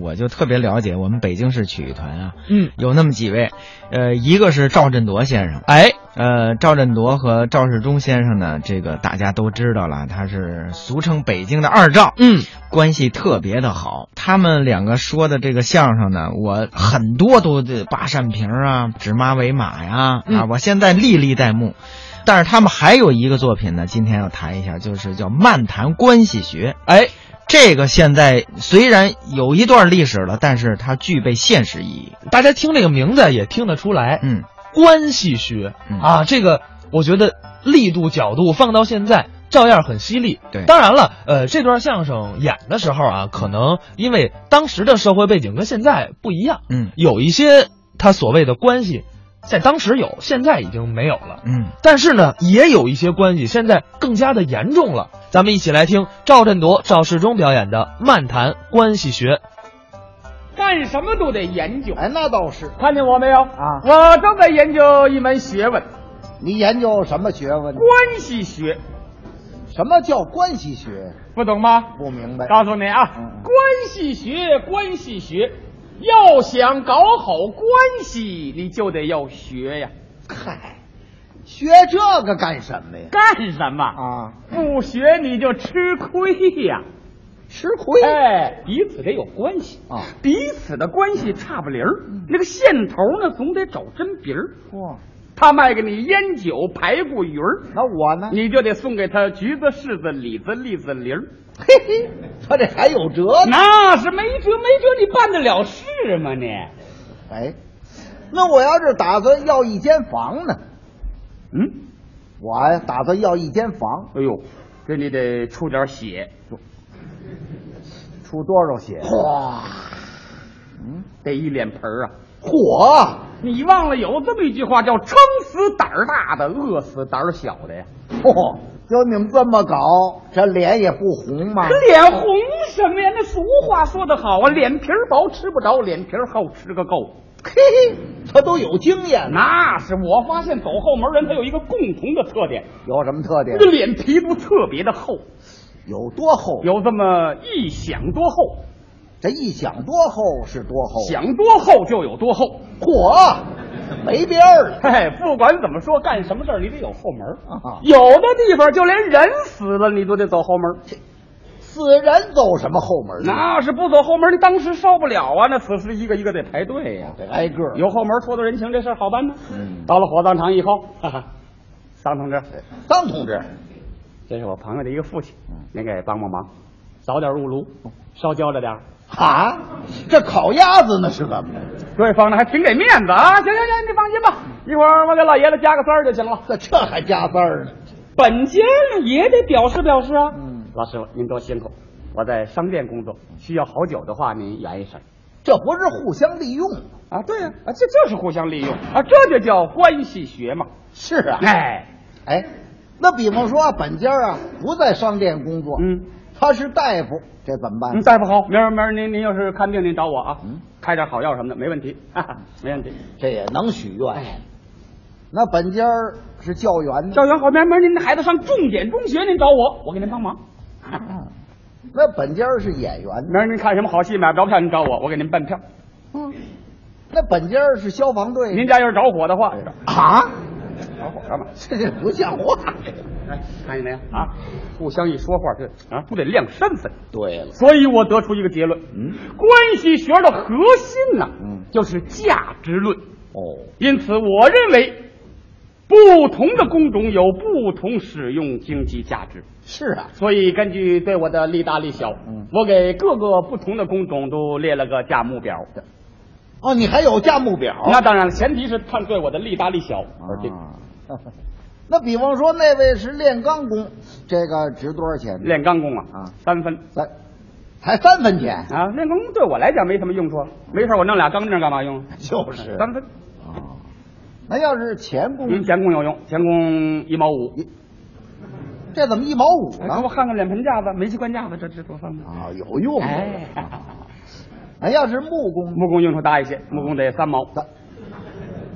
我就特别了解我们北京市曲艺团啊，嗯，有那么几位，呃，一个是赵振铎先生，哎，呃，赵振铎和赵世忠先生呢，这个大家都知道了，他是俗称北京的二赵，嗯，关系特别的好。他们两个说的这个相声呢，我很多都得八扇屏啊，指马为马呀、啊，嗯我现在历历在目。但是他们还有一个作品呢，今天要谈一下，就是叫《漫谈关系学》。哎，这个现在虽然有一段历史了，但是它具备现实意义。大家听这个名字也听得出来，嗯，关系学、嗯啊，这个我觉得力度角度放到现在。照样很犀利。对当然了，呃，这段相声演的时候啊，可能因为当时的社会背景跟现在不一样，嗯有一些他所谓的关系，在当时有，现在已经没有了。嗯，但是呢，也有一些关系现在更加的严重了。咱们一起来听赵振铎、赵世忠表演的《漫谈关系学》。干什么都得研究。哎，那倒是。看见我没有啊我正在研究一门学问你研究什么学——问呢？关系学，什么叫关系学？不懂吗？不明白。告诉你啊，嗯关系学，关系学，要想搞好关系，你就得要学呀。嗨，学这个干什么呀？干什么？啊，不学你就吃亏呀。吃亏。哎，彼此得有关系啊彼此的关系差不离儿，那个线头呢，总得找针鼻儿。嚯，他卖给你烟酒、排骨鱼儿，那我啊呢？ 你就得送给他橘子、柿子、李子、栗子、梨儿，嘿嘿，他这还有辙哦呢。那是没辙没辙，你办得了事吗你？哎，那我要是打算要一间房呢？嗯，我呀，打算要一间房，哎呦，这你得出点血，出多少血？哗，嗯，得一脸盆儿啊！火！你忘了有这么一句话叫“撑死胆儿大的，饿死胆儿小的”呀？嚯，就你们这么搞，这脸也不红吗可？脸红什么呀？那俗话说得好啊，脸皮儿薄吃不着，脸皮儿厚吃个够。嘿嘿，他都有经验呢。那是我发现走后门人他有一个共同的特点，有什么特点这？个脸皮都特别的厚。有多厚？有这么一想多厚，这一想多厚是多厚，想多厚就有多厚。火没边儿了。嘿嘿，不管怎么说，干什么事儿你得有后门儿。啊有的地方就连人死了你都得走后门儿，嗯死人走什么后门啊？那是不走后门儿你当时烧不了啊！那死尸一个一个得排队呀、得挨个儿有后门儿拖拖人情这事儿好办呢。嗯到了火葬场以后，哈哈，张同志，张同志，这是我朋友的一个父亲，嗯您给帮帮忙，早点入炉，哦烧焦着点儿。啊，这烤鸭子呢是怎么着？对方呢还挺给面子啊！行行行，你放心吧，一会儿我给老爷子加个三儿就行了。这这还加字儿呢？本家呢也得表示表示啊。嗯，老师您多辛苦，我在商店工作，需要好酒的话您言一声。这不是互相利用吗？啊，对呀、啊，这就是互相利用啊，这就叫关系学嘛。是啊，哎，哎，那比方说本家啊不在商店工作，嗯，他是大夫，这怎么办嗯，？大夫好，明儿明儿您您要是看病您找我啊，啊嗯开点好药什么的没问题，哈哈，没问题。这也能许哎愿。那本家是教员呢，教员好，明儿明儿您的孩子上重点中学，您找我，我给您帮忙。 那本家是演员呢，明儿您看什么好戏买不着票，您找我，我给您办票。那本家是消防队呢。您家要是着火的话，啊，着火干嘛？这 这不像话呀！哎，看见没有嗯啊？互相一说话，这啊不得亮身份。对了，所以我得出一个结论，嗯，关系学的核心呢、嗯就是价值论。哦，因此，我认为，不同的工种有不同使用经济价值。是啊，所以，根据对我的利大利小，嗯我给各个不同的工种都列了个价目表。哦，你还有价目表？那当然了，前提是看对我的利大利小而定。啊， 那比方说那位是炼钢工，这个值多少钱？练钢工啊，啊三分三，才三分钱，啊，练钢工对我来讲没什么用处，没事儿我弄俩钢镚儿干嘛用？ 就是三分。啊。那要是钳工，嗯，钳工有用，钳工一毛五。嗯这怎么一毛五哎，呢给我？焊个脸盆架子、煤气罐架子，这这多方便。啊，有用。哎，哎，要是木工，木工用处大一啊些，木工得三毛。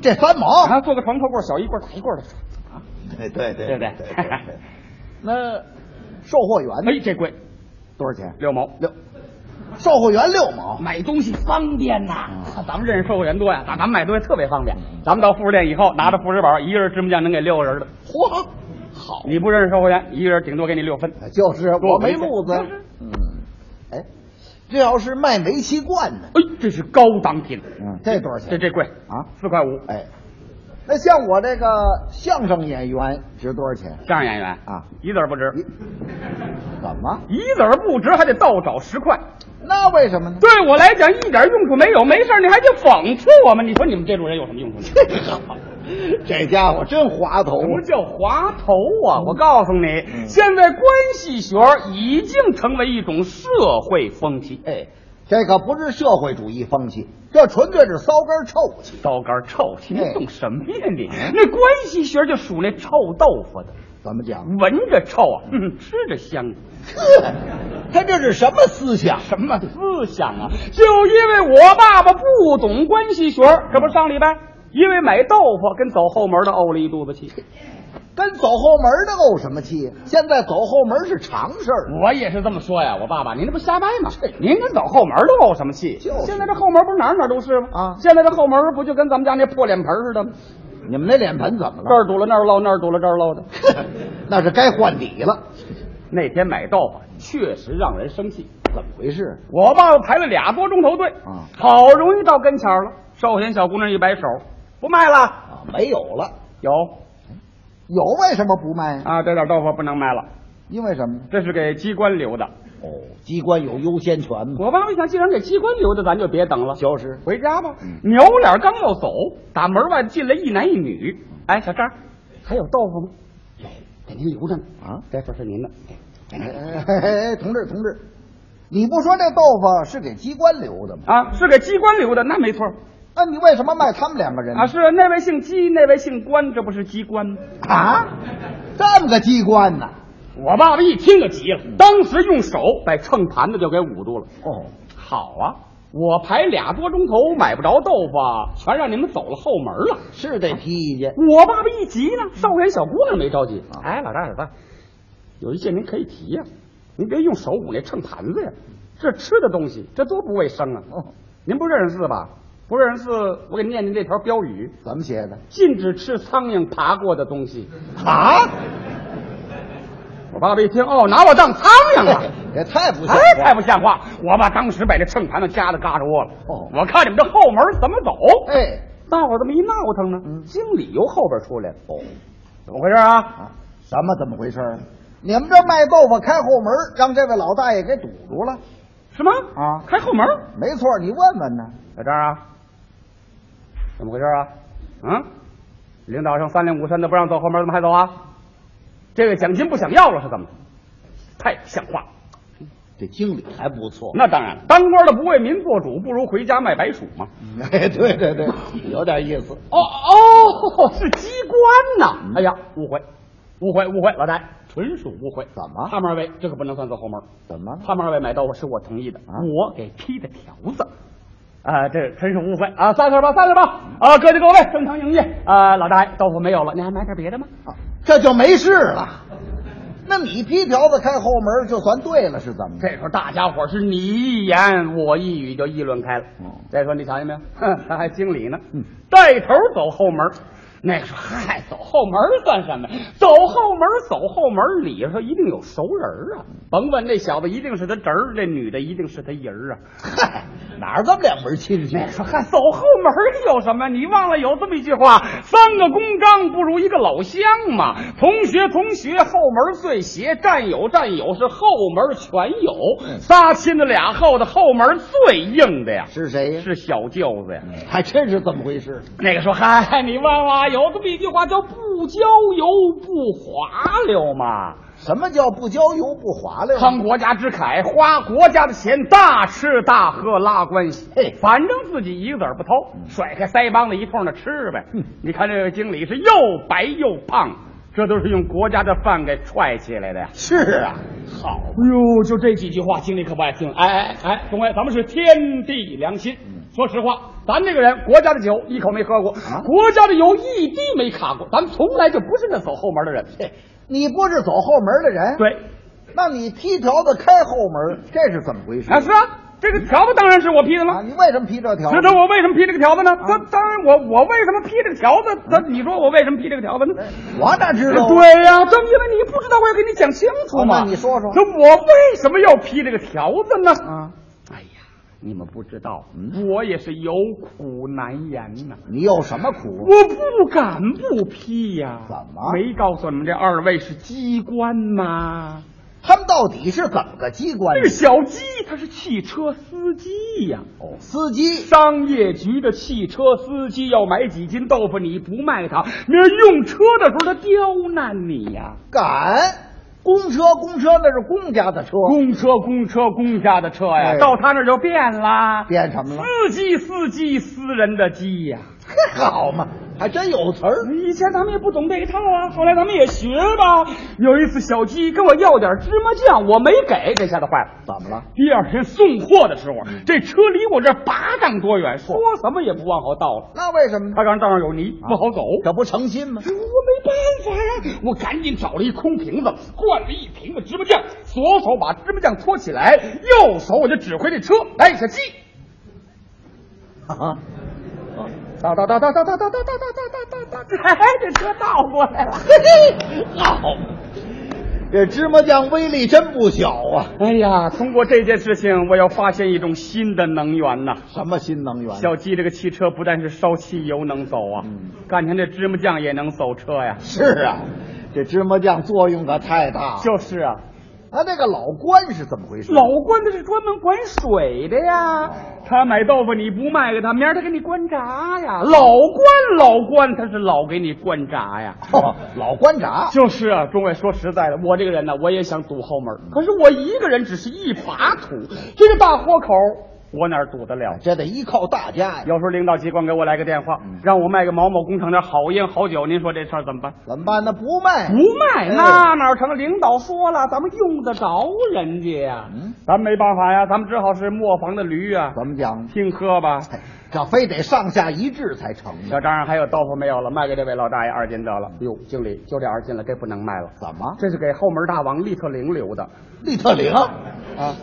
这三毛。啊，做个床头柜，小一柜、大一柜的，对对对对不对？ 那售货员呢哎，这贵多少钱？六毛。六，售货员六毛，哦买东西方便呐、嗯啊咱们认识售货员多呀，那咱们买东西特别方便。咱们到副食店以后，拿着副食宝，一个人芝麻酱能给六个人的。嚯，好，你不认识售货员，一个人顶多给你六分。哎就是多我没回事路子就是。嗯，哎，这要是卖煤气罐呢？哎，这是高档品，嗯，这多少钱？这这贵啊四块五。哎，那像我这个相声演员值多少钱？相声演员啊一子儿不值，一怎么？一子儿不值还得倒找十块。那为什么呢？对我来讲一点用处没有，没事儿你还得讽刺我们，你说你们这种人有什么用处呢？ 这家伙真滑头什啊么！叫滑头嗯啊？我告诉你，现在关系学已经成为一种社会风气，哎，这可不是社会主义风气，这纯粹是骚根臭气。糟干臭气，你哎嗯懂什么呀你？那关系学就属那臭豆腐的，怎么讲？闻着臭啊，嗯，吃着香。呵，他这是什么思想？什么思想啊？就因为我爸爸不懂关系学，这不是上礼拜因为买豆腐跟走后门的怄了一肚子气。跟走后门的怄什么气？现在走后门是常事儿。我也是这么说呀，我爸爸，您这不瞎掰吗？您跟走后门都怄什么气？就是现在这后门不是哪儿哪儿都是吗？啊现在这后门不就跟咱们家那破脸盆似的吗？你们那脸盆怎么这？儿堵了那儿漏，那儿堵了这儿漏的。 那是该换底了。 那天买豆腐啊确实让人生气，怎么回事？我爸爸排了俩多钟头队，啊好容易到跟前儿了，售货员小姑娘一摆手，不卖了，啊，没有了。有有为什么不卖呀？啊，这点豆腐不能卖了，因为什么？这是给机关留的。哦，机关有优先权嘛。我爸爸一想，既然给机关留的，咱就别等了，就是回家吧。扭脸刚要走，打门外进来一男一女。哎，小张，还有豆腐吗？有，给您留着呢。啊，这份是您的。哎哎哎哎，同志同志，你不说这豆腐是给机关留的吗？啊，是给机关留的，那没错那你为什么卖他们两个人呢啊。是啊那位姓机，那位姓关，这不是机关吗？啊，这么个机关呢？我爸爸一听就急了，当时用手把秤盘子就给捂住了。哦，好啊，我排俩多钟头买不着豆腐啊，全让你们走了后门了。是得提意见。我爸爸一急呢，少员小姑娘没着急。哎，老大老大，有一件您可以提呀、您别用手捂那秤盘子呀，这吃的东西，这多不卫生啊！哦，您不认识字吧？不认识字，我给念念这条标语：怎么写的？禁止吃苍蝇爬过的东西。啊，我爸爸一听，哦，拿我当苍蝇了。也太 不像哎话，太不像话！我爸当时把这秤盘子夹得嘎着窝了。哦我看你们这后门怎么走？哎，大伙这么一闹腾呢，嗯经理由后边出来了。哦，怎么回事啊？啊，什么怎么回事儿？你们这卖豆腐开后门，让这位老大爷给堵住了。什么啊开后门？没错，你问问呢。在这儿啊？怎么回事啊？嗯，领导上三令五申的不让走后门，怎么还走啊？这个奖金不想要了是怎么？太不像话了！这经理还不错。 那当然，当官的不为民做主，不如回家卖白薯嘛。哎，对对对，有点意思。哦哦， 是机关呐！哎呀，误会，误会，误会，老大，纯属误会。怎么他们二位这可不能算走后门。怎么了？他们二位买豆腐是我同意的，啊我给批的条子。啊，这纯属误会啊！散客吧，散客吧！啊，各就各位，正常营业。啊，老大爷，豆腐没有了，你还买点别的吗？啊这就没事了。那你批条子开后门就算对了，是怎么着？这时候大家伙是你一言我一语就议论开了。哦再说你瞧见没有？哼，他还经理呢，带头走后门。那时候嗨，走后门算什么？走后门，走后门，里头一定有熟人啊！甭问，那小子一定是他侄儿，那女的一定是他姨儿啊！嗨，哪儿这么两门亲戚那？时候嗨，走后门有什么？你忘了有这么一句话：三个公章不如一个老乡嘛。同学，同学，后门最邪；战友，战友是后门全有。仨亲的俩厚的，后门最硬的呀，是嗯谁呀？是小舅子呀。还真是这么回事。那个说：“嗨，你忘了有这么一句话叫‘不交油不滑溜’嘛。”什么叫不交油不滑溜？慷国家之慨，花国家的钱，大吃大喝拉关系嘿，嗯反正自己一个子儿不掏，甩开腮帮子一通的吃呗。你看这个经理是又白又胖，这都是用国家的饭给踹起来的呀。是啊，好哎呦，就这几句话，经理可不爱听了。哎哎哎，东辉，咱们是天地良心。嗯说实话，咱这个人，国家的酒一口没喝过，啊国家的油一滴没卡过，咱们从来就不是那走后门的人。你不是走后门的人，，对，那你批条子开后门，这是怎么回事？啊，是啊，这个条子当然是我批的啊，了。你为什么批这条子啊那？那我为什么批这个条子呢？那当然，我我为什么批这个条子？那你说我为什么批这个条子呢？我哪知道？对呀、正因为你不知道，我要给你讲清楚啊嘛。那你说说那我为什么要批这个条子呢？啊，哎呀，你们不知道，我也是有苦难言呐、你有什么苦？我不敢不批呀、怎么没告诉你们这二位是机关吗？他们到底是怎么个机关这个？小鸡他是汽车司机呀、哦，司机商业局的汽车司机要买几斤豆腐，你不卖他，明儿用车的时候他刁难你呀、敢公车，公车那是公家的车，公车，公车，公家的车呀，哎到他那儿就变啦。变什么了？司 机，司机，私人的鸡呀、嘿，好嘛，还真有词儿。以前咱们也不懂这一套啊，后来咱们也学吧。有一次，小鸡跟我要点芝麻酱，我没给，这下子坏了。嗯怎么了？第二天送货的时候，这车离我这儿八丈多远，说什么也不往后倒了。那为什么呢？他告诉道上有泥，不好走。啊哎这不诚心吗？我没办法呀，我赶紧找了一空瓶子，灌了一瓶子芝麻酱，左手把芝麻酱托起来，右手我就指挥这车。来，小鸡，啊，哒哒哒哒哒哒哒哒哒哒哒哒哒，哎，这车倒过来了。好，这芝麻酱威力真不小啊！哎呀，通过这件事情，我要发现一种新的能源呐、什么新能源？小鸡这个汽车不但是烧汽油能走啊，嗯干成这芝麻酱也能走车呀。是啊，这芝麻酱作用可太大了。就是啊，他这个老关是怎么回事？老关他是专门管水的呀，他买豆腐你不卖给他，明儿他给你关闸呀。老关老关他是老给你关闸呀。哦，老关闸， 就是啊，中尉说实在的，我这个人呢，我也想堵后门儿，可是我一个人只是一把土，这个大豁口我哪儿堵得了？这得依靠大家呀。有时候领导机关给我来个电话，让我卖给某某工厂点好烟好酒，您说这事儿怎么办？怎么办呢？不卖不，卖哎啊那哪成？领导说了，咱们用得着人家呀、嗯咱没办法呀，咱们只好是磨坊的驴啊，怎么讲？听喝吧。哎这非得上下一致才成呢小。张还有豆腐没有了，卖给这位老大爷二斤得了。哟，经理，就这二斤了，这不能卖了。怎么？这是给后门大王利特灵留的。利特灵啊？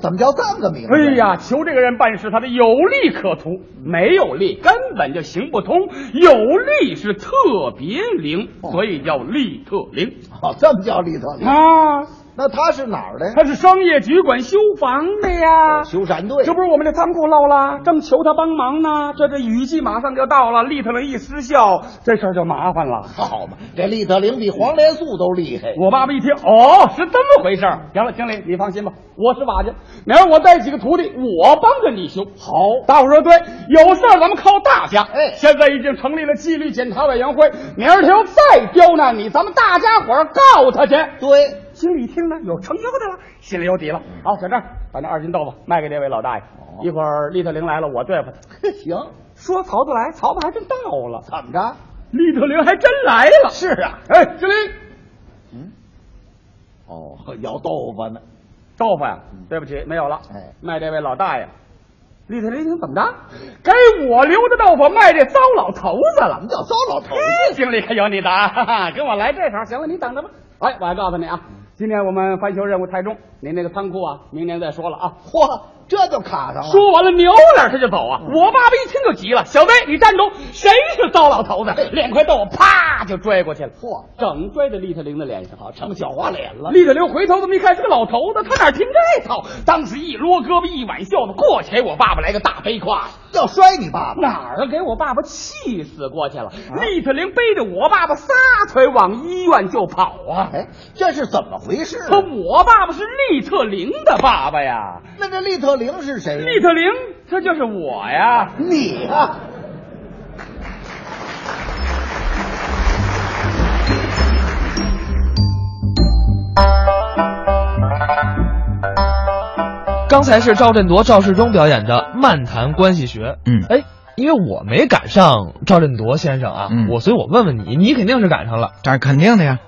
怎么叫这么个名字？哎，呀，求这个人办事，他的有利可图，没有利根本就行不通。有利是特别灵，哦所以叫利特灵。哦，这么叫利特灵？啊，那他是哪儿的呀？他是商业局管修房的呀。修缮队这。不是我们这仓库漏了，正求他帮忙呢。这这雨季马上就到了，利特了一失效，这事儿就麻烦了。好嘛，这利特灵比黄连素都厉害。我爸爸一听，哦，是这么回事儿。行了，经理，你放心吧，我是瓦匠，明儿我带几个徒弟，我帮着你修。好，大伙儿说对，有事儿咱们靠大家。哎现在已经成立了纪律检查委员会，明儿他要再刁难你，咱们大家伙儿告他去。对，经理一听呢，有成交的了，心里有底了。好，小郑，把那二斤豆腐卖给这位老大爷。哦一会儿利特灵来了，我对付他。行，说曹子来，曹子还真到了，怎么着？利特灵还真来了。是啊，哎，经理，嗯，哦，摇豆腐呢。豆腐呀、对不起，没有了。嗯哎卖这位老大爷。利特灵一听怎么着？给我留的豆腐卖这糟老头子怎了嗯么。叫糟老头哎，子？经理可有你的啊，哈哈跟我来这茬。行了，你等着吧。哎，我还告诉你啊，嗯今天我们翻修任务太重，您那个仓库啊，明年再说了啊。嚯，这就卡上了。哦说完了，扭脸他就走啊！我爸爸一听就急了：“小子，你站住！谁是糟老头子？”两块豆，啪就拽过去了，嚯，整拽在利特灵的脸上，好成小花脸了。利特灵回头这么一看，是个老头子，他哪听这套？当时一撸胳膊，一挽袖子，过去给我爸爸来个大背胯呀！要摔你爸爸？哪儿给我爸爸气死过去了！利特灵背着我爸爸撒腿往医院就跑啊！哎，这是怎么回事啊？可我爸爸是利特灵的爸爸呀，那这利特灵是谁呀？利特灵这就是我呀！你啊呀、刚才是赵振铎、赵世忠表演的《漫谈关系学》。嗯哎，因为我没赶上赵振铎先生啊，嗯我所以我问问你，你肯定是赶上了。但是肯定的呀，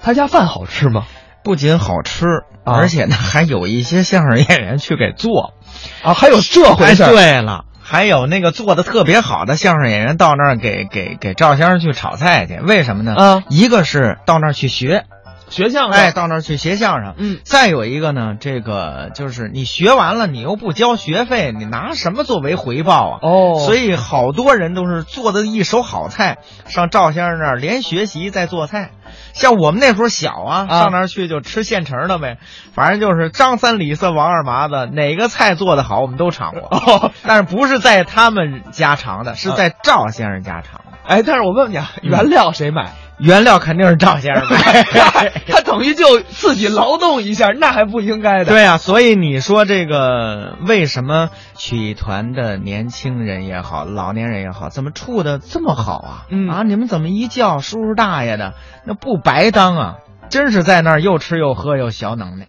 他家饭好吃吗？不仅好吃，啊而且呢还有一些相声演员去给做。啊，还有这回哎，事儿、对了，还有那个做的特别好的相声演员到那儿给给给赵先生去炒菜去，为什么呢？啊一个是到那儿去学，学相声，哎，到那儿去学相声。嗯，再有一个呢，这个就是你学完了，你又不交学费，你拿什么作为回报啊？哦所以好多人都是做的一手好菜，上赵先生那儿连学习再做菜。像我们那时候小啊，啊上那儿去就吃现成的呗，反正就是张三李四王二麻子，哪个菜做的好，我们都尝过。哦，但是不是在他们家尝的，是啊在赵先生家尝的。哎，但是我问你啊，原料谁买？。原料肯定是赵先生买 他等于就自己劳动一下，那还不应该的。对啊，所以你说这个为什么曲团的年轻人也好，老年人也好，怎么处的这么好啊？嗯啊，你们怎么一叫叔叔大爷的，那不白当啊？真是在那儿又吃又喝又小能耐。